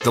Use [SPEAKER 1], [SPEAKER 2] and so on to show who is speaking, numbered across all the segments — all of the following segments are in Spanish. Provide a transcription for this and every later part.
[SPEAKER 1] The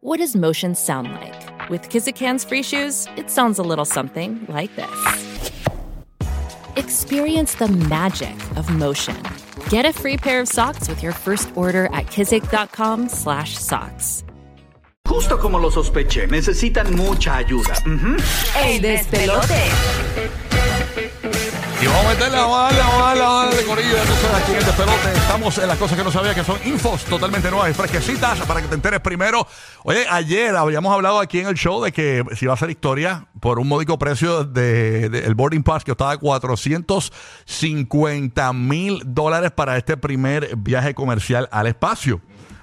[SPEAKER 2] What does motion sound like? With Kizikans free shoes, it sounds a little something like this. Experience the magic of motion. Get a free pair of socks with your first order at kizik.com/socks.
[SPEAKER 3] Justo como lo sospeché, necesitan mucha ayuda. Ujú.
[SPEAKER 4] El despelote.
[SPEAKER 5] Y vamos a meterle, vamos a darle, vamos a darle, vamos a darle corrida. Entonces, aquí en el despelote estamos en las cosas que no sabía, que son infos totalmente nuevas y fresquecitas para que te enteres primero. Oye, ayer habíamos hablado aquí en el show de que si va a ser historia por un módico precio del de, el boarding pass que estaba a 450 mil dólares para este primer viaje comercial al espacio.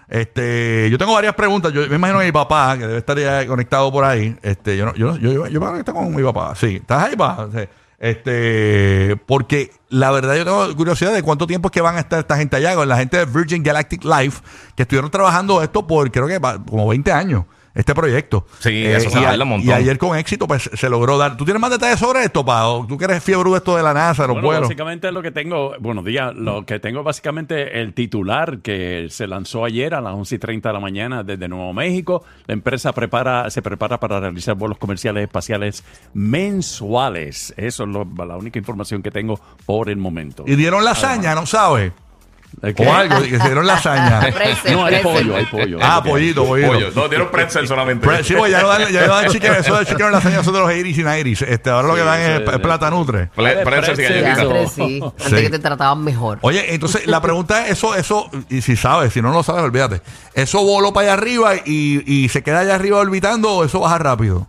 [SPEAKER 5] Este, yo tengo varias preguntas. Yo me imagino que mi papá, que debe estar ya conectado por ahí. Este, yo no, yo, no- yo, yo, yo me conecto con mi papá. Sí, ¿estás ahí, papá? Sí. Este, porque la verdad yo tengo curiosidad de cuánto tiempo es que van a estar esta gente allá con la gente de Virgin Galactic Life que estuvieron trabajando esto por creo que pa- como 20 años este proyecto. Eh,
[SPEAKER 6] Sí, eso se
[SPEAKER 5] y, a-
[SPEAKER 6] baila un montón.
[SPEAKER 5] y ayer con éxito pues se logró dar. ¿Tú tienes más detalles sobre esto, Pao? ¿Tú que eres fiebre de esto de la NASA, los
[SPEAKER 7] Bueno,
[SPEAKER 5] vuelos?
[SPEAKER 7] básicamente lo que tengo, buenos días, lo que tengo básicamente el titular que se lanzó ayer a las 11 y 30 de la mañana desde Nuevo México. La empresa prepara, se prepara para realizar vuelos comerciales espaciales mensuales. Eso es lo- la única información que tengo por el momento.
[SPEAKER 5] Y dieron la hazaña, ¿no sabes?
[SPEAKER 7] ¿De qué?
[SPEAKER 5] O algo, y que se dieron la hazaña.
[SPEAKER 4] Pretzel,
[SPEAKER 7] No, hay
[SPEAKER 4] pretzel.
[SPEAKER 7] pollo, hay pollo.
[SPEAKER 5] Ah,
[SPEAKER 7] Hay pollo.
[SPEAKER 5] pollito, pollito.
[SPEAKER 6] Pollo. No, dieron pretzel solamente.
[SPEAKER 5] Pero, sí, pues, ya no dan, ya no dan chicken, eso de chicken en la señal son de los iris y iris. Este, ahora lo que
[SPEAKER 7] Sí,
[SPEAKER 5] dan es,
[SPEAKER 7] eso es-
[SPEAKER 5] es plata nutre.
[SPEAKER 6] Pre- pretzel
[SPEAKER 7] Pretzel.
[SPEAKER 6] y
[SPEAKER 4] Ya,
[SPEAKER 6] galletita.
[SPEAKER 4] hombre, sí. Antes
[SPEAKER 5] Sí.
[SPEAKER 4] que te trataban mejor.
[SPEAKER 5] Oye, entonces la pregunta es eso, eso, y si sabes, si no lo sabes, olvídate. ¿Eso voló para allá arriba y, y se queda allá arriba orbitando o eso baja rápido?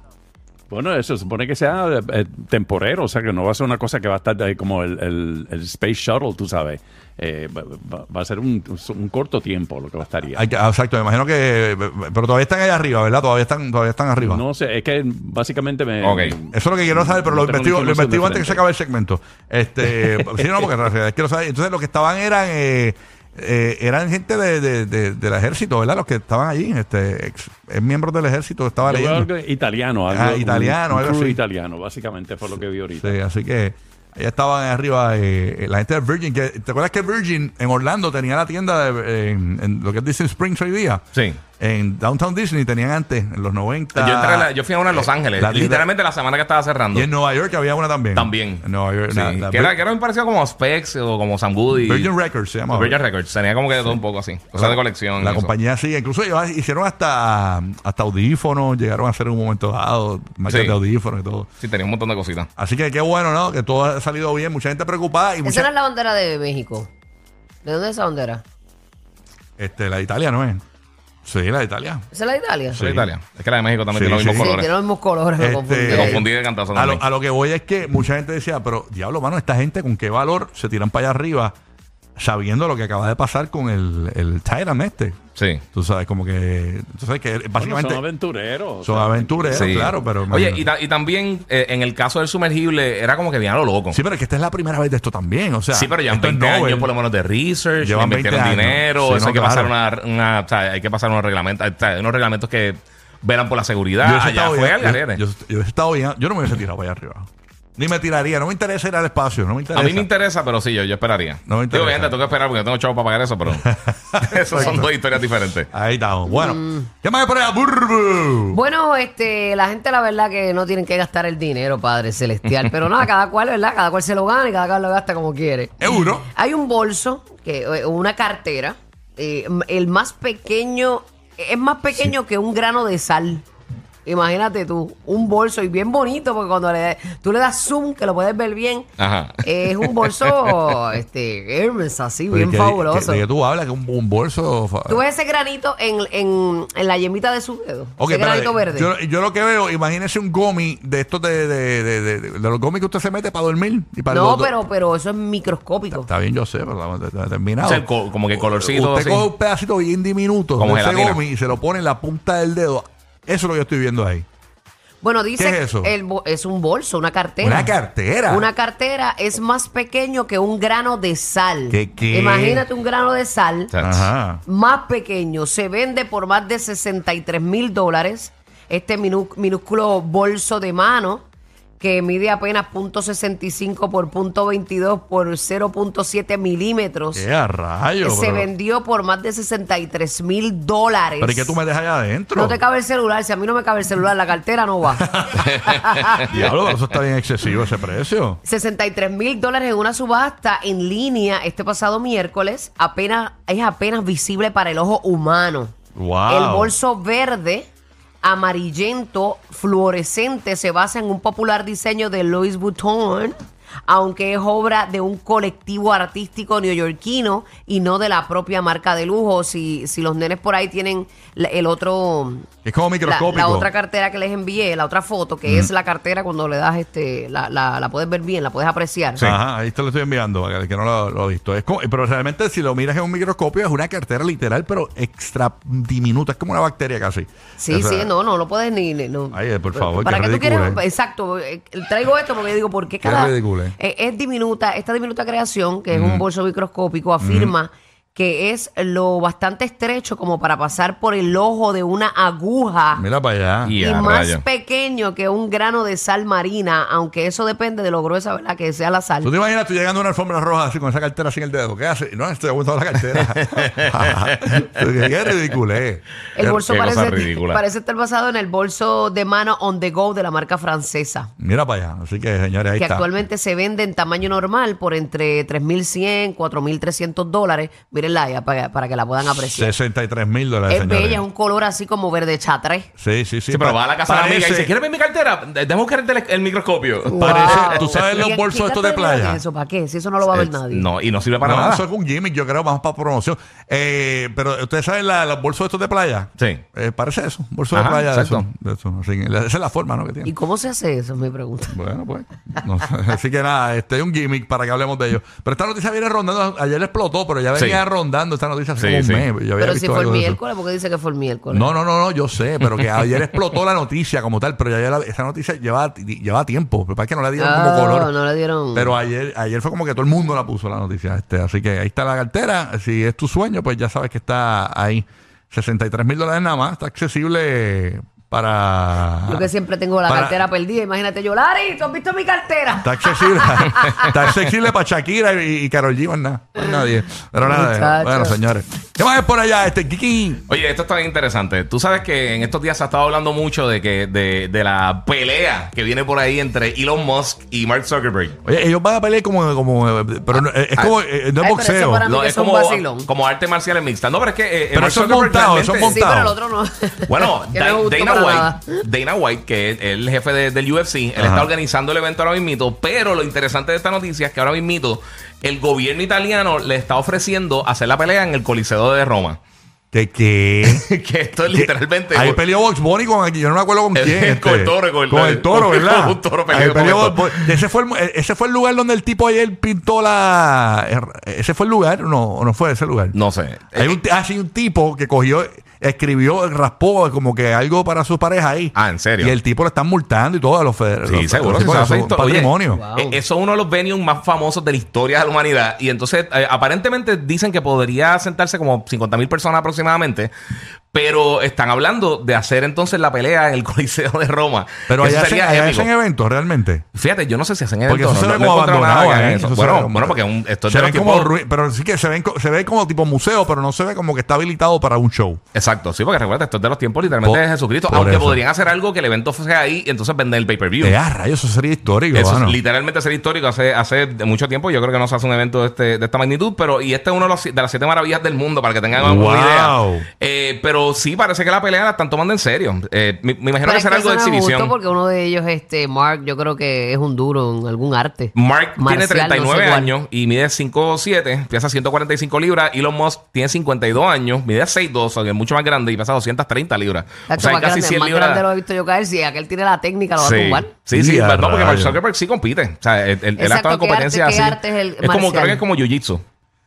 [SPEAKER 7] Bueno, eso se supone que sea eh, eh, temporero, o sea que no va a ser una cosa que va a estar ahí como el, el- el Space Shuttle, tú sabes. Eh, va, va- va a ser un, un corto tiempo lo que va a estar ahí.
[SPEAKER 5] Hay que- ah, exacto, me imagino que. eh, Pero todavía están allá arriba, ¿verdad? Todavía están, todavía están arriba.
[SPEAKER 7] No sé, es que básicamente me.
[SPEAKER 6] Ok.
[SPEAKER 5] Eso es lo que quiero saber, pero lo
[SPEAKER 7] No tengo
[SPEAKER 5] investigo, lo
[SPEAKER 7] información
[SPEAKER 5] investigo antes que se
[SPEAKER 7] diferente.
[SPEAKER 5] acabe el segmento. Este, sí, no, porque en realidad quiero saber. Entonces, lo que estaban eran eh, eh, eran gente de, de- de- del ejército, ¿verdad? Los que estaban allí, este, ex, ex miembros del ejército, estaba
[SPEAKER 7] Yo veo
[SPEAKER 5] leyendo.
[SPEAKER 7] algo italiano, algo,
[SPEAKER 5] Ah, italiano,
[SPEAKER 7] un- un
[SPEAKER 5] algo
[SPEAKER 7] crew
[SPEAKER 5] así.
[SPEAKER 7] italiano, básicamente fue lo que vi ahorita.
[SPEAKER 5] Sí, así que allá estaban arriba eh, la gente de Virgin. Que, ¿Te acuerdas que Virgin en Orlando tenía la tienda de, eh, en, en lo que es Disney Springs hoy día?
[SPEAKER 6] Sí.
[SPEAKER 5] En Downtown Disney tenían antes, en los 90.
[SPEAKER 6] Yo, entré a la- yo fui a una en Los Ángeles.
[SPEAKER 5] Eh, La-
[SPEAKER 6] literalmente la semana que estaba cerrando.
[SPEAKER 5] Y en Nueva York había una también.
[SPEAKER 6] También.
[SPEAKER 5] En Nueva York.
[SPEAKER 6] Sí,
[SPEAKER 5] la- la
[SPEAKER 6] que, era, que era muy parecido como a Specs o como Sam Goody.
[SPEAKER 5] Virgin Records se
[SPEAKER 6] O
[SPEAKER 5] llamaba.
[SPEAKER 6] Virgin Records. Tenía como que de todo un poco así. Cosas de colección. y
[SPEAKER 5] La
[SPEAKER 6] eso.
[SPEAKER 5] compañía sí, incluso ellos hicieron hasta, hasta audífonos, llegaron a hacer en un momento dado, marcas
[SPEAKER 6] Sí.
[SPEAKER 5] de audífonos y todo.
[SPEAKER 6] Sí, tenía un montón de cositas.
[SPEAKER 5] Así que qué bueno, ¿no? Que todo ha salido bien, mucha gente preocupada
[SPEAKER 4] Esa
[SPEAKER 5] y
[SPEAKER 4] no
[SPEAKER 5] mucha
[SPEAKER 4] es la bandera de México. ¿De dónde es esa bandera?
[SPEAKER 5] este, la de Italia, ¿no es? Sí, la de Italia.
[SPEAKER 4] ¿Esa es la de Italia?
[SPEAKER 6] Esa es Italia. Es que la de México también
[SPEAKER 5] Sí,
[SPEAKER 6] tiene los mismos
[SPEAKER 5] sí.
[SPEAKER 4] Sí,
[SPEAKER 6] colores.
[SPEAKER 4] tiene los mismos colores, me
[SPEAKER 5] Este,
[SPEAKER 4] confundí.
[SPEAKER 5] me
[SPEAKER 6] Me confundí
[SPEAKER 4] Ahí.
[SPEAKER 6] de cantazo
[SPEAKER 5] A lo,
[SPEAKER 6] también.
[SPEAKER 5] a lo que voy es que mucha gente decía, pero diablo, mano, esta gente con qué valor se tiran para allá arriba sabiendo lo que acaba de pasar con el, el Titan este.
[SPEAKER 6] Sí.
[SPEAKER 5] Tú sabes, como que... Tú sabes que
[SPEAKER 7] Bueno,
[SPEAKER 5] básicamente...
[SPEAKER 7] son aventureros. o
[SPEAKER 5] son
[SPEAKER 7] sea,
[SPEAKER 5] aventureros,
[SPEAKER 6] Sí.
[SPEAKER 5] claro, pero...
[SPEAKER 6] Oye,
[SPEAKER 5] imagínate.
[SPEAKER 6] y, ta- y también eh, en el caso del sumergible era como que diablo loco.
[SPEAKER 5] Sí, pero es que esta es la primera vez de esto también, o sea...
[SPEAKER 6] sí, pero llevan
[SPEAKER 5] esto es
[SPEAKER 6] 20 años
[SPEAKER 5] Nobel.
[SPEAKER 6] por lo menos de research,
[SPEAKER 5] Llevan
[SPEAKER 6] llevan
[SPEAKER 5] 20
[SPEAKER 6] invirtieron
[SPEAKER 5] años.
[SPEAKER 6] dinero,
[SPEAKER 5] Sí,
[SPEAKER 6] eso
[SPEAKER 5] no,
[SPEAKER 6] hay que
[SPEAKER 5] claro.
[SPEAKER 6] pasar una, una- o sea, hay que pasar unos reglamentos, o sea, unos reglamentos que velan por la seguridad.
[SPEAKER 5] Yo hubiese
[SPEAKER 6] Allá
[SPEAKER 5] estado
[SPEAKER 6] fue
[SPEAKER 5] bien-
[SPEAKER 6] al garete.
[SPEAKER 5] yo- yo hubiese estado bien- yo no me hubiese tirado para allá arriba. Ni me tiraría, no me interesa ir al espacio, no me interesa.
[SPEAKER 6] A mí me interesa, pero sí, yo, yo esperaría.
[SPEAKER 5] No me interesa.
[SPEAKER 6] Digo, obviamente, tengo que esperar porque no tengo chavo para pagar eso, pero esas son dos historias diferentes.
[SPEAKER 5] Ahí estamos. Bueno,
[SPEAKER 4] Mm.
[SPEAKER 5] ¿qué más hay por allá? Burbu.
[SPEAKER 4] Bueno, este, la gente la verdad que no tienen que gastar el dinero, Padre Celestial. Pero nada, cada cual, ¿verdad? Cada cual se lo gana y cada cual lo gasta como quiere.
[SPEAKER 5] Euro.
[SPEAKER 4] Hay un bolso, que, o una cartera, eh, el más pequeño, es más pequeño que un grano de sal. Imagínate tú, un bolso y bien bonito, porque cuando le, tú le das zoom, que lo puedes ver bien,
[SPEAKER 6] Ajá.
[SPEAKER 4] es un bolso este, Hermes, así,
[SPEAKER 5] Pero
[SPEAKER 4] bien
[SPEAKER 5] ¿y qué-
[SPEAKER 4] fabuloso.
[SPEAKER 5] qué- ¿De qué tú hablas? Que un, un bolso. fa-
[SPEAKER 4] ¿Tú ves ese granito en, en, en la yemita de su dedo?
[SPEAKER 5] Ok,
[SPEAKER 4] ese
[SPEAKER 5] espérate.
[SPEAKER 4] granito verde.
[SPEAKER 5] Yo, yo lo que veo, imagínese un gomi de estos de, de, de, de- de los gomis que usted se mete para dormir. Y para
[SPEAKER 4] no,
[SPEAKER 5] los-
[SPEAKER 4] pero, pero eso es microscópico.
[SPEAKER 5] Está bien, yo sé, pero la- la- la- terminado.
[SPEAKER 6] O sea, el co- como que colorcito,
[SPEAKER 5] Usted
[SPEAKER 6] así.
[SPEAKER 5] coge un pedacito bien diminuto
[SPEAKER 6] Como
[SPEAKER 5] de ese
[SPEAKER 6] gelatina.
[SPEAKER 5] gomi y se lo pone en la punta del dedo. Eso es lo que yo estoy viendo ahí.
[SPEAKER 4] Bueno, dice
[SPEAKER 5] ¿Qué es eso?
[SPEAKER 4] el bo- es un bolso, una cartera.
[SPEAKER 5] Una cartera.
[SPEAKER 4] Una cartera es más pequeño que un grano de sal.
[SPEAKER 5] ¿Qué- qué? ah.
[SPEAKER 4] Imagínate un grano de sal
[SPEAKER 5] Ajá.
[SPEAKER 4] más pequeño. Se vende por más de 63 mil dólares este minu- minúsculo bolso de mano que mide apenas .65 por .22 por 0.7 milímetros.
[SPEAKER 5] ¡Qué a rayos!
[SPEAKER 4] se
[SPEAKER 5] pero,
[SPEAKER 4] vendió por más de 63 mil dólares.
[SPEAKER 5] pero ¿y qué tú me dejas allá adentro?
[SPEAKER 4] No te cabe el celular. Si a mí no me cabe el celular, la cartera no va.
[SPEAKER 5] Diablo, pero eso está bien excesivo ese precio.
[SPEAKER 4] 63 mil dólares en una subasta en línea este pasado miércoles apenas es apenas visible para el ojo humano.
[SPEAKER 5] Wow.
[SPEAKER 4] El bolso verde, amarillento, fluorescente se basa en un popular diseño de Louis Vuitton, aunque es obra de un colectivo artístico neoyorquino y no de la propia marca de lujo. Si, si los nenes por ahí tienen la- el otro
[SPEAKER 5] Es como
[SPEAKER 4] la,
[SPEAKER 5] microscópico.
[SPEAKER 4] la otra cartera que les envié, la otra foto, que es la cartera cuando le das este, la, la, la puedes ver bien, la puedes apreciar.
[SPEAKER 5] Ajá, ahí te lo estoy enviando, para el que no lo, lo ha visto. Es como- pero realmente si lo miras en un microscopio es una cartera literal, pero extra diminuta, es como una bacteria casi.
[SPEAKER 4] Sí,
[SPEAKER 5] O sea,
[SPEAKER 4] sí, no, no lo puedes ni. ni- no.
[SPEAKER 5] Ay, eh, por favor,
[SPEAKER 4] ¿Para
[SPEAKER 5] qué
[SPEAKER 4] qué tú
[SPEAKER 5] ridículo,
[SPEAKER 4] quieres?
[SPEAKER 5] eh.
[SPEAKER 4] Exacto. eh, Traigo esto porque yo digo, ¿por qué
[SPEAKER 5] Qué
[SPEAKER 4] cada.
[SPEAKER 5] ridículo, eh.
[SPEAKER 4] Eh, es diminuta, esta diminuta creación, que es un bolso microscópico, afirma que es lo bastante estrecho como para pasar por el ojo de una aguja.
[SPEAKER 5] Mira para allá.
[SPEAKER 6] Y-
[SPEAKER 4] Y
[SPEAKER 6] a
[SPEAKER 4] más
[SPEAKER 6] rayo.
[SPEAKER 4] pequeño que un grano de sal marina, aunque eso depende de lo gruesa, ¿verdad? Que sea la sal.
[SPEAKER 5] ¿Tú te imaginas tú llegando a una alfombra roja así con esa cartera sin el dedo? ¿Qué haces? No, estoy aguantando la cartera. Qué ridículo, eh.
[SPEAKER 4] El bolso
[SPEAKER 6] qué cosa
[SPEAKER 4] parece,
[SPEAKER 6] ridícula.
[SPEAKER 4] parece estar basado en el bolso de mano on the go de la marca francesa,
[SPEAKER 5] Mira para allá. Así que, señores, ahí
[SPEAKER 4] que
[SPEAKER 5] está.
[SPEAKER 4] actualmente se vende en tamaño normal por entre 3.100, 4.300 dólares. Mírenla ya para, para que la puedan apreciar.
[SPEAKER 5] 63 mil dólares,
[SPEAKER 4] es
[SPEAKER 5] señores.
[SPEAKER 4] bella, es un color así como verde chatre.
[SPEAKER 5] Sí, sí, sí.
[SPEAKER 6] Sí, pero va a la casa de la amiga y
[SPEAKER 5] parece-
[SPEAKER 6] dice, ¿quieres ver mi cartera? Déjame buscar el, tele- el microscopio.
[SPEAKER 5] Parece- tú sabes los bolsos estos de playa.
[SPEAKER 4] Eso, ¿Para qué? Si eso no lo va a ver nadie.
[SPEAKER 6] No, y no sirve para
[SPEAKER 5] no,
[SPEAKER 6] nada.
[SPEAKER 5] Eso es un gimmick, yo creo, más para promoción. Eh, pero ustedes saben la- los bolsos estos de playa.
[SPEAKER 6] Sí.
[SPEAKER 5] Eh, parece eso, un bolso de
[SPEAKER 6] Ajá,
[SPEAKER 5] playa. de
[SPEAKER 6] exacto.
[SPEAKER 5] eso, de eso. Así que la- esa es la forma ¿no? que
[SPEAKER 4] ¿Y
[SPEAKER 5] tiene.
[SPEAKER 4] cómo se hace eso? Es mi pregunta.
[SPEAKER 5] Bueno, pues. no sé. Así que nada, este es un gimmick para que hablemos de ello. Pero esta noticia viene rondando. Ayer explotó, pero ya venía
[SPEAKER 6] Sí.
[SPEAKER 5] rondando esta noticia hace
[SPEAKER 6] Sí,
[SPEAKER 5] como un
[SPEAKER 6] sí.
[SPEAKER 5] mes. Yo había
[SPEAKER 4] Pero
[SPEAKER 5] visto
[SPEAKER 4] si fue el
[SPEAKER 5] algo de eso.
[SPEAKER 4] miércoles, porque dice que fue el miércoles.
[SPEAKER 5] No, no, no, no, yo sé, pero que ayer explotó la noticia como tal, pero ya la- esa noticia lleva, lleva tiempo, pero es que no la dieron como
[SPEAKER 4] Ah,
[SPEAKER 5] color.
[SPEAKER 4] no le dieron.
[SPEAKER 5] Pero ayer, ayer fue como que todo el mundo la puso la noticia. Este, así que ahí está la cartera. Si es tu sueño, pues ya sabes que está ahí. 63 mil dólares nada más. Está accesible para.
[SPEAKER 4] Yo que siempre tengo la
[SPEAKER 5] para-
[SPEAKER 4] cartera perdida. Imagínate yo, Lari, ¿tú has visto mi cartera?
[SPEAKER 5] Está accesible, está accesible para Shakira y, y Karol G, más nada. Más nadie. Pero nada, eh,
[SPEAKER 4] Muchachos.
[SPEAKER 5] bueno, señores. ¿Qué más es por allá? Este Kiki.
[SPEAKER 6] Oye, esto está bien interesante. Tú sabes que en estos días se ha estado hablando mucho de que de, de la pelea que viene por ahí entre Elon Musk y Mark Zuckerberg.
[SPEAKER 5] Oye, ellos van a pelear como. como eh, pero no- eh, es como. eh, no es
[SPEAKER 4] Ay, pero eso
[SPEAKER 5] boxeo.
[SPEAKER 4] para mí
[SPEAKER 6] No,
[SPEAKER 4] que
[SPEAKER 6] es
[SPEAKER 4] son
[SPEAKER 6] como,
[SPEAKER 4] vacilón.
[SPEAKER 6] como arte marcial mixta. No, pero es que. eh,
[SPEAKER 5] Pero
[SPEAKER 6] Mark
[SPEAKER 5] eso es
[SPEAKER 6] Zuckerberg
[SPEAKER 5] montado, eso es
[SPEAKER 6] realmente-
[SPEAKER 4] Sí, pero el
[SPEAKER 5] montado.
[SPEAKER 4] otro no.
[SPEAKER 6] Bueno,
[SPEAKER 4] Que no es
[SPEAKER 6] Da-
[SPEAKER 4] justo
[SPEAKER 6] Dana
[SPEAKER 4] para
[SPEAKER 6] White,
[SPEAKER 4] nada.
[SPEAKER 6] Dana White, que es el jefe de- del UFC, él está organizando el evento ahora mismo, pero lo interesante de esta noticia es que ahora mismo el gobierno italiano le está ofreciendo hacer la pelea en el Coliseo de Roma.
[SPEAKER 5] ¿Qué? qué?
[SPEAKER 6] que esto es literalmente...
[SPEAKER 5] Ahí peleó Box Bunny con. Yo no me acuerdo con
[SPEAKER 6] El-
[SPEAKER 5] quién. este.
[SPEAKER 6] con el toro, con
[SPEAKER 5] Con,
[SPEAKER 6] el-
[SPEAKER 5] el toro,
[SPEAKER 6] con
[SPEAKER 5] ¿verdad?
[SPEAKER 6] un toro peleó
[SPEAKER 5] Ahí
[SPEAKER 6] con
[SPEAKER 5] peleó
[SPEAKER 6] el toro.
[SPEAKER 5] Bugs Bunny. Ese fue, el, ese fue el lugar donde el tipo ayer pintó la. er, Ese fue el lugar. No, ¿O no fue ese lugar.
[SPEAKER 6] No sé.
[SPEAKER 5] Hay un, ti- ah, sí, un tipo que cogió, escribió, raspó como que algo para su pareja ahí.
[SPEAKER 6] Ah, ¿en serio?
[SPEAKER 5] Y el tipo lo están multando y todo a los federales.
[SPEAKER 6] Sí, seguro. si se hace
[SPEAKER 5] es un
[SPEAKER 6] esto-
[SPEAKER 5] patrimonio.
[SPEAKER 6] Oye, eh, Eso es uno de los venues más famosos de la historia de la humanidad. Y entonces, eh, aparentemente dicen que podría sentarse como 50 mil personas aproximadamente. Pero están hablando de hacer entonces la pelea en el Coliseo de Roma.
[SPEAKER 5] Pero
[SPEAKER 6] Eso
[SPEAKER 5] allá hacen,
[SPEAKER 6] sería
[SPEAKER 5] allá
[SPEAKER 6] épico.
[SPEAKER 5] hacen eventos realmente.
[SPEAKER 6] Fíjate, yo no sé si hacen
[SPEAKER 5] Porque
[SPEAKER 6] eventos.
[SPEAKER 5] eso se
[SPEAKER 6] no,
[SPEAKER 5] ve
[SPEAKER 6] no he
[SPEAKER 5] como
[SPEAKER 6] encontrado nada
[SPEAKER 5] abandonado.
[SPEAKER 6] que hagan
[SPEAKER 5] ahí,
[SPEAKER 6] eso.
[SPEAKER 5] eso se ve
[SPEAKER 6] Bueno,
[SPEAKER 5] como-
[SPEAKER 6] bueno, porque un- esto es
[SPEAKER 5] se
[SPEAKER 6] de
[SPEAKER 5] ve
[SPEAKER 6] los
[SPEAKER 5] como
[SPEAKER 6] tiempos-
[SPEAKER 5] ruin- Pero sí que se, ven, co- se ve como tipo museo, pero no se ve como que está habilitado para un show.
[SPEAKER 6] Exacto, sí, porque recuerda, esto es de los tiempos literalmente
[SPEAKER 5] Por-
[SPEAKER 6] de Jesucristo.
[SPEAKER 5] por
[SPEAKER 6] Aunque
[SPEAKER 5] eso.
[SPEAKER 6] podrían hacer algo que el evento fuese ahí y entonces vender el pay-per-view.
[SPEAKER 5] Eh, ah, rayos, eso sería histórico.
[SPEAKER 6] Eso
[SPEAKER 5] mano.
[SPEAKER 6] es literalmente ser histórico hace, hace mucho tiempo. Yo creo que no se hace un evento de, este- de esta magnitud, pero y este es uno de, los- de las siete maravillas del mundo, para que tengan una
[SPEAKER 5] Wow.
[SPEAKER 6] idea. Eh, pero Pero sí, parece que la pelea la están tomando en serio. Eh, me, me imagino
[SPEAKER 4] Pero
[SPEAKER 6] que
[SPEAKER 4] es
[SPEAKER 6] será
[SPEAKER 4] que
[SPEAKER 6] algo de
[SPEAKER 4] eso no es
[SPEAKER 6] exhibición.
[SPEAKER 4] justo porque uno de ellos, este, Mark, yo creo que es un duro en algún arte.
[SPEAKER 6] Mark
[SPEAKER 4] Marcial,
[SPEAKER 6] tiene
[SPEAKER 4] no
[SPEAKER 6] 39
[SPEAKER 4] sé cuál.
[SPEAKER 6] años y mide 5'7, pesa 145 libras. Elon Musk tiene 52 años, mide 6'2, o sea, que es mucho más grande y pesa 230 libras.
[SPEAKER 4] Tacho, más grande, más grande lo he visto yo caer. Si aquel tiene la técnica, lo va a
[SPEAKER 6] Sí,
[SPEAKER 4] tumbar.
[SPEAKER 6] sí, sí
[SPEAKER 5] Y a
[SPEAKER 6] no, porque Mark
[SPEAKER 5] rayos.
[SPEAKER 6] Zuckerberg sí compite. O sea, él, él- él ha
[SPEAKER 4] Exacto,
[SPEAKER 6] estado en
[SPEAKER 4] ¿qué
[SPEAKER 6] competencias
[SPEAKER 4] arte- qué
[SPEAKER 6] así.
[SPEAKER 4] arte es el
[SPEAKER 6] como,
[SPEAKER 4] marcial?
[SPEAKER 6] creo que es como Jiu-Jitsu.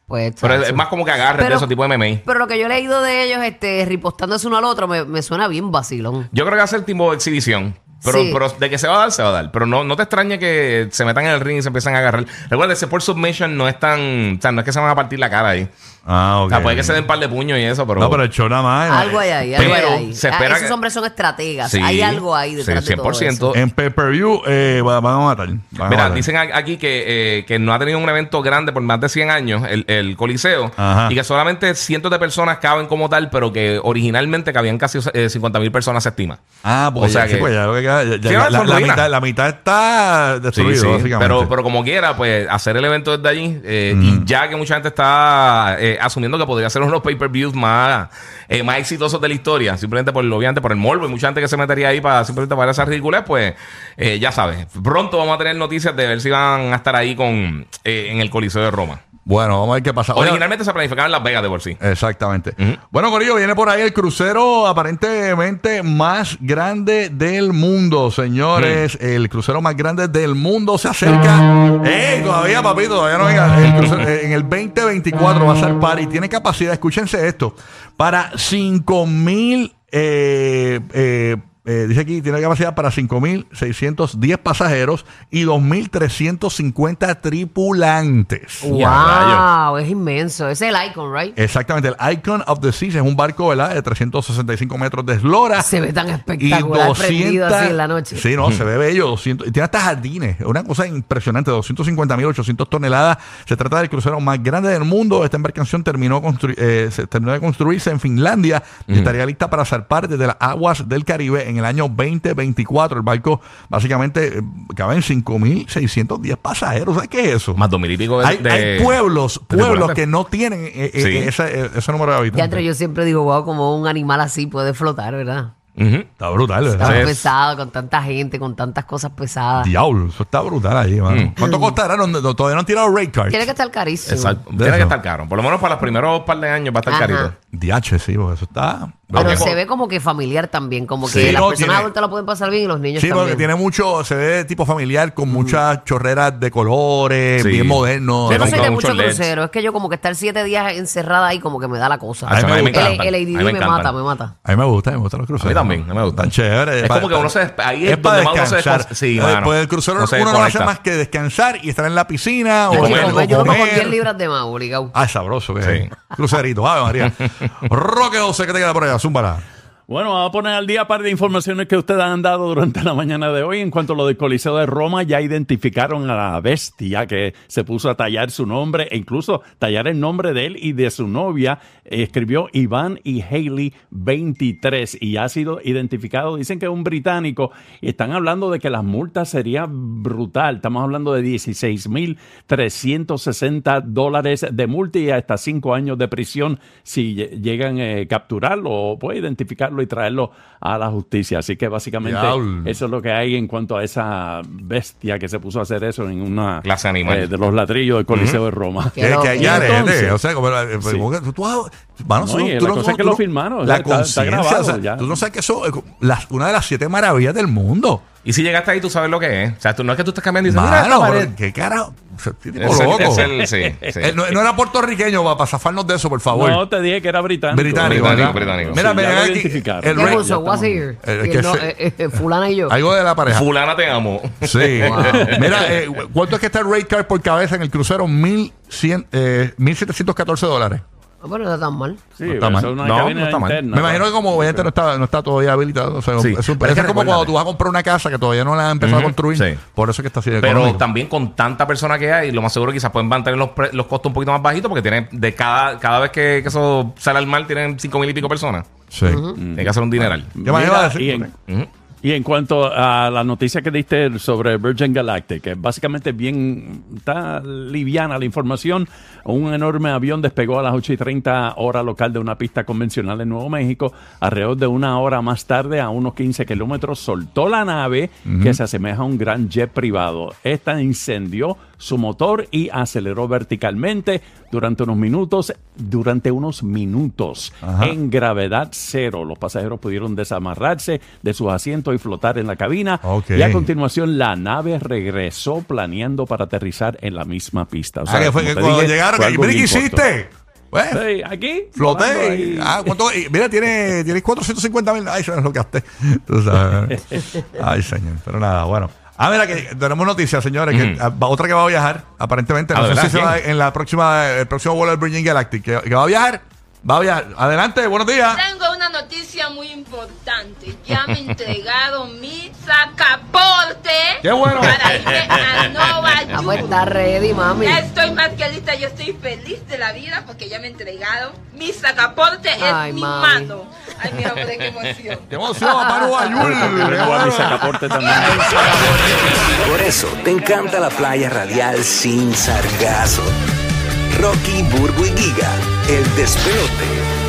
[SPEAKER 4] Pues,
[SPEAKER 6] Pero es,
[SPEAKER 4] chacho.
[SPEAKER 6] es más como que agarre de
[SPEAKER 4] Pero-
[SPEAKER 6] ese tipo de MMA.
[SPEAKER 4] Pero lo que yo he leído de ellos, este, ripostándose uno al otro, me, me suena bien vacilón.
[SPEAKER 6] Yo creo que va a ser tipo de exhibición. Pero,
[SPEAKER 4] Sí.
[SPEAKER 6] pero de que se va a dar, se va a dar. Pero no, no te extrañe que se metan en el ring y se empiezan a agarrar. Recuerda, ese por submission no es tan. O sea, no es que se van a partir la cara ahí.
[SPEAKER 5] Ah, ok.
[SPEAKER 6] O sea, puede que se den un par de puños y eso, pero.
[SPEAKER 5] No, pero el show nada más. eh,
[SPEAKER 4] Algo hay ahí, algo hay
[SPEAKER 6] Pero
[SPEAKER 4] ahí.
[SPEAKER 6] se
[SPEAKER 4] Ah,
[SPEAKER 6] espera
[SPEAKER 4] esos
[SPEAKER 6] que-
[SPEAKER 4] hombres son estrategas.
[SPEAKER 6] Sí.
[SPEAKER 4] Hay algo ahí detrás
[SPEAKER 6] Sí,
[SPEAKER 4] de todo eso.
[SPEAKER 5] En pay-per-view eh, va- van a matar. van a
[SPEAKER 6] Mira,
[SPEAKER 5] matar.
[SPEAKER 6] dicen a- aquí que, eh, que no ha tenido un evento grande por más de 100 años, el, el Coliseo,
[SPEAKER 5] Ajá.
[SPEAKER 6] y que solamente cientos de personas caben como tal, pero que originalmente cabían casi 50 mil personas, se estima.
[SPEAKER 5] Ah, pues
[SPEAKER 6] o sea
[SPEAKER 5] ya, sí,
[SPEAKER 6] que-
[SPEAKER 5] pues ya lo que queda- ya- ya-
[SPEAKER 6] Sí, no,
[SPEAKER 5] la,
[SPEAKER 6] son
[SPEAKER 5] la
[SPEAKER 6] ruinas.
[SPEAKER 5] mitad, la mitad está
[SPEAKER 6] Sí,
[SPEAKER 5] destruido,
[SPEAKER 6] sí.
[SPEAKER 5] básicamente.
[SPEAKER 6] Pero, pero como quiera, pues hacer el evento desde allí, eh, y ya que mucha gente está eh, asumiendo que podría ser uno de los pay-per-views más, eh, más exitosos de la historia, simplemente por lo obviamente por el morbo, y mucha gente que se metería ahí para simplemente para esas ridículas, pues eh, ya sabes, pronto vamos a tener noticias de ver si van a estar ahí con eh, en el Coliseo de Roma.
[SPEAKER 5] Bueno, vamos a ver qué pasa. Oye,
[SPEAKER 6] Originalmente se planificaba en Las Vegas de por sí.
[SPEAKER 5] Exactamente.
[SPEAKER 6] Ujú.
[SPEAKER 5] Bueno, Corillo, viene por ahí el crucero aparentemente más grande del mundo, señores. El crucero más grande del mundo se acerca. ¡Eh! Todavía, papito, todavía no venga. El crucero, eh, en el 2024 va a ser par y tiene capacidad, escúchense esto, para 5 mil. eh, eh, eh, dice aquí, tiene capacidad para 5.610 pasajeros y 2.350 tripulantes.
[SPEAKER 4] Wow, es inmenso. Ese es el icon, right?
[SPEAKER 5] Exactamente, el Icon of the Seas es un barco ¿verdad? de 365 metros de eslora.
[SPEAKER 4] Se ve tan
[SPEAKER 5] y
[SPEAKER 4] espectacular
[SPEAKER 5] 200
[SPEAKER 4] prendido así en la noche.
[SPEAKER 5] Sí, no, se ve bello. 200, y tiene hasta jardines. Es Una cosa impresionante. 250.800 toneladas. Se trata del crucero más grande del mundo. Esta embarcación terminó, constru- eh, se terminó de construirse en Finlandia y estaría lista para zarpar desde las aguas del Caribe en el año 2024. El barco básicamente eh, cabe en 5.610 pasajeros. ¿Sabes qué es eso?
[SPEAKER 6] Más dos mil y pico de,
[SPEAKER 5] hay,
[SPEAKER 6] de-
[SPEAKER 5] hay pueblos,
[SPEAKER 6] de
[SPEAKER 5] pueblos
[SPEAKER 6] tripulantes.
[SPEAKER 5] que no tienen eh, eh,
[SPEAKER 6] Sí.
[SPEAKER 5] ese, eh, ese número de
[SPEAKER 4] Ya
[SPEAKER 5] habitantes.
[SPEAKER 4] entre yo siempre digo, wow, como un animal así puede flotar, ¿verdad?
[SPEAKER 6] Ujú.
[SPEAKER 5] Está brutal,
[SPEAKER 4] Está
[SPEAKER 5] ¿verdad?
[SPEAKER 6] Sí. es.
[SPEAKER 4] pesado, con tanta gente, con tantas cosas pesadas.
[SPEAKER 5] Diablo, eso está brutal ahí, mano.
[SPEAKER 6] Mm.
[SPEAKER 5] ¿Cuánto costará? No, no, todavía no han tirado rate card.
[SPEAKER 4] Tiene que estar carísimo.
[SPEAKER 6] Exacto.
[SPEAKER 5] De
[SPEAKER 6] Tiene que
[SPEAKER 5] eso.
[SPEAKER 6] estar caro. Por lo menos para los primeros par de años va a estar
[SPEAKER 4] Ajá.
[SPEAKER 6] carito.
[SPEAKER 5] DH, sí, porque eso está.
[SPEAKER 4] Pero
[SPEAKER 6] Ok.
[SPEAKER 4] se ve como que familiar también, como que
[SPEAKER 5] Sí,
[SPEAKER 4] las
[SPEAKER 5] no,
[SPEAKER 4] personas
[SPEAKER 5] tiene-
[SPEAKER 4] adultas lo pueden pasar bien Mm. y los niños
[SPEAKER 5] Sí, porque
[SPEAKER 4] también.
[SPEAKER 5] tiene mucho, se ve de tipo familiar con muchas chorreras de colores,
[SPEAKER 6] Sí.
[SPEAKER 5] bien moderno.
[SPEAKER 6] Sí,
[SPEAKER 4] Yo no
[SPEAKER 6] Con-
[SPEAKER 4] soy
[SPEAKER 6] con
[SPEAKER 4] de
[SPEAKER 6] muchos
[SPEAKER 4] mucho
[SPEAKER 6] LEDs.
[SPEAKER 4] crucero, es que yo como que estar siete días encerrada ahí como que me da la cosa.
[SPEAKER 5] A mí me
[SPEAKER 4] El-
[SPEAKER 5] gusta.
[SPEAKER 4] el, ADD
[SPEAKER 6] A mí me
[SPEAKER 4] me,
[SPEAKER 6] encantan.
[SPEAKER 4] mata, me mata.
[SPEAKER 5] A mí me gusta, a mí me gustan los cruceros.
[SPEAKER 6] A mí también, a mí me gustan.
[SPEAKER 5] Tan chévere.
[SPEAKER 6] Es
[SPEAKER 5] pa-
[SPEAKER 6] como que uno se despe- ahí es
[SPEAKER 5] para
[SPEAKER 6] donde más uno se
[SPEAKER 5] descansar.
[SPEAKER 6] descon- sí,
[SPEAKER 5] Eh,
[SPEAKER 6] mano.
[SPEAKER 5] pues el crucero
[SPEAKER 6] No se
[SPEAKER 5] uno no hace
[SPEAKER 6] desconecta.
[SPEAKER 5] más que descansar y estar en la piscina o
[SPEAKER 6] Y
[SPEAKER 4] Yo
[SPEAKER 6] comer,
[SPEAKER 5] comer.
[SPEAKER 4] como-
[SPEAKER 5] o
[SPEAKER 4] yo como con
[SPEAKER 5] comer.
[SPEAKER 4] 10 libras de más, obligado.
[SPEAKER 5] Ah, sabroso que
[SPEAKER 6] Sí.
[SPEAKER 5] es. Crucerito, ave María. Roque José, ¿qué te queda por allá? Zúmbala.
[SPEAKER 7] Bueno, vamos a poner al día un par de informaciones que ustedes han dado durante la mañana de hoy. En cuanto a lo del Coliseo de Roma, ya identificaron a la bestia que se puso a tallar su nombre e incluso tallar el nombre de él y de su novia. Eh, Escribió Iván y Haley 23 y ya ha sido identificado. Dicen que es un británico y están hablando de que las multas serían brutal. Estamos hablando de 16.360 dólares de multa y hasta cinco años de prisión si lle- llegan a capturarlo o pues, identificarlo y traerlo a la justicia. Así que básicamente
[SPEAKER 5] Diablo.
[SPEAKER 7] eso es lo que hay en cuanto a esa bestia que se puso a hacer eso en una
[SPEAKER 6] Clase animal.
[SPEAKER 7] eh, de los ladrillos del Coliseo de Roma.
[SPEAKER 4] Qué
[SPEAKER 5] Que,
[SPEAKER 4] loco.
[SPEAKER 5] que allá
[SPEAKER 7] Y entonces-
[SPEAKER 5] arete, o sea, como, eh, como que tú, tú has- mano,
[SPEAKER 7] No,
[SPEAKER 5] eso-
[SPEAKER 7] y la cosa es que
[SPEAKER 5] tú
[SPEAKER 7] lo firmaron,
[SPEAKER 5] La
[SPEAKER 7] está- está
[SPEAKER 5] conciencia,
[SPEAKER 7] grabado
[SPEAKER 5] o sea,
[SPEAKER 7] ya.
[SPEAKER 5] tú no sabes que eso es las- una de las siete maravillas del mundo.
[SPEAKER 6] Y si llegaste ahí, tú sabes lo que es. O sea, tú no es que tú estás cambiando y dices, mira esta
[SPEAKER 5] Mano,
[SPEAKER 6] pared".
[SPEAKER 5] pero, qué carajo, o sea, este tipo
[SPEAKER 6] Es el-
[SPEAKER 5] loco.
[SPEAKER 6] es el- sí, sí.
[SPEAKER 5] Eh, no, no era puertorriqueño para zafarnos de eso, por favor.
[SPEAKER 7] No, te dije que era británico.
[SPEAKER 5] británico, ¿verdad?
[SPEAKER 6] británico, británico.
[SPEAKER 5] Mira,
[SPEAKER 7] Sí,
[SPEAKER 5] me
[SPEAKER 7] ya
[SPEAKER 5] llega
[SPEAKER 7] lo
[SPEAKER 5] aquí
[SPEAKER 7] identificaron.
[SPEAKER 5] el
[SPEAKER 7] Ya
[SPEAKER 5] rey-
[SPEAKER 4] ¿Qué puso?
[SPEAKER 7] ya
[SPEAKER 4] What's
[SPEAKER 7] estamos-
[SPEAKER 4] here?
[SPEAKER 5] Eh,
[SPEAKER 4] Y
[SPEAKER 5] que
[SPEAKER 4] él no,
[SPEAKER 5] se-
[SPEAKER 4] eh, eh, fulana y yo.
[SPEAKER 5] algo de la pareja.
[SPEAKER 6] Fulana te amo.
[SPEAKER 5] Sí. Mira, eh, ¿cuánto es que está el rate card por cabeza en el crucero? 1100, eh, 1.714 dólares.
[SPEAKER 4] Ah, Bueno, no está tan mal.
[SPEAKER 7] Sí,
[SPEAKER 5] No está
[SPEAKER 7] eso
[SPEAKER 5] mal.
[SPEAKER 7] es una
[SPEAKER 6] No,
[SPEAKER 7] cabina
[SPEAKER 6] no está mal.
[SPEAKER 7] interna,
[SPEAKER 5] Me imagino que
[SPEAKER 7] ¿no?
[SPEAKER 5] como obviamente no está, no está todavía habilitado. o sea,
[SPEAKER 6] Sí,
[SPEAKER 5] es, un-
[SPEAKER 6] pero es que
[SPEAKER 5] es como cuando
[SPEAKER 6] recuérdate.
[SPEAKER 5] tú vas a comprar una casa que todavía no la has empezado
[SPEAKER 6] Ujú,
[SPEAKER 5] a construir.
[SPEAKER 6] sí.
[SPEAKER 5] Por eso es que está así de
[SPEAKER 6] Pero
[SPEAKER 5] económico.
[SPEAKER 6] también con tanta persona que hay, lo más seguro quizás pueden mantener los, pre- los costos un poquito más bajitos porque tienen de cada cada vez que, que eso sale al mar tienen cinco mil y pico personas.
[SPEAKER 5] Sí.
[SPEAKER 6] Tienen que hacer un dineral.
[SPEAKER 5] ¿Qué más iba a
[SPEAKER 7] Mira,
[SPEAKER 5] decir? Ah,
[SPEAKER 7] y en- Y en cuanto a la noticia que diste sobre Virgin Galactic, que básicamente bien, está liviana la información. Un enorme avión despegó a las 8 y 30 hora local de una pista convencional en Nuevo México. Alrededor de una hora más tarde, a unos 15 kilómetros, soltó la nave que se asemeja a un gran jet privado. Esta incendió su motor y aceleró verticalmente durante unos minutos, durante unos minutos, en gravedad cero. Los pasajeros pudieron desamarrarse de sus asientos y flotar en la cabina.
[SPEAKER 5] Ok.
[SPEAKER 7] Y a continuación la nave regresó planeando para aterrizar en la misma pista. O
[SPEAKER 5] Ah, que fue
[SPEAKER 7] como
[SPEAKER 5] que
[SPEAKER 7] te
[SPEAKER 5] cuando
[SPEAKER 7] dije,
[SPEAKER 5] llegaron,
[SPEAKER 7] fue
[SPEAKER 5] que,
[SPEAKER 7] algo
[SPEAKER 5] mira, ¿qué
[SPEAKER 7] bien corto.
[SPEAKER 5] hiciste? Pues, Bueno,
[SPEAKER 7] Sí, aquí. volando
[SPEAKER 5] Floté.
[SPEAKER 7] ahí.
[SPEAKER 5] Ah, ¿cuánto? Y Mira, tiene, tiene 450 mil. Ay, se me lo gasté. Tú sabes. Ay, señor. Pero nada, bueno. Ah, mira, que tenemos noticias, señores. que, ah, va- otra que va a viajar, aparentemente.
[SPEAKER 6] Mm. Ah,
[SPEAKER 5] No sé
[SPEAKER 6] ¿verdad?
[SPEAKER 5] si se va
[SPEAKER 6] ¿Quién?
[SPEAKER 5] en la próxima, el próximo vuelo del Virgin Galactic. Que, que va a viajar. Va a viajar. Adelante, buenos días.
[SPEAKER 8] Tengo una noticia muy importante. Ya me he entregado mi sacaporte
[SPEAKER 6] ¡Qué bueno!
[SPEAKER 8] para irme a Nova
[SPEAKER 4] Vamos a
[SPEAKER 8] York.
[SPEAKER 4] estar Ah, pues ready, mami.
[SPEAKER 8] Estoy más que lista, yo estoy feliz de la vida porque ya me he entregado mi sacaporte
[SPEAKER 4] Ay,
[SPEAKER 8] es mi
[SPEAKER 4] mami.
[SPEAKER 8] mano. Ay, mira, hombre, qué emoción.
[SPEAKER 5] Qué emoción, Manu Ayul. Qué
[SPEAKER 7] Tenemos a mi
[SPEAKER 5] bueno.
[SPEAKER 7] sacaporte también.
[SPEAKER 9] Por eso, te encanta la playa radial sin sargazo. Rocky, Burbu y Giga, el despelote.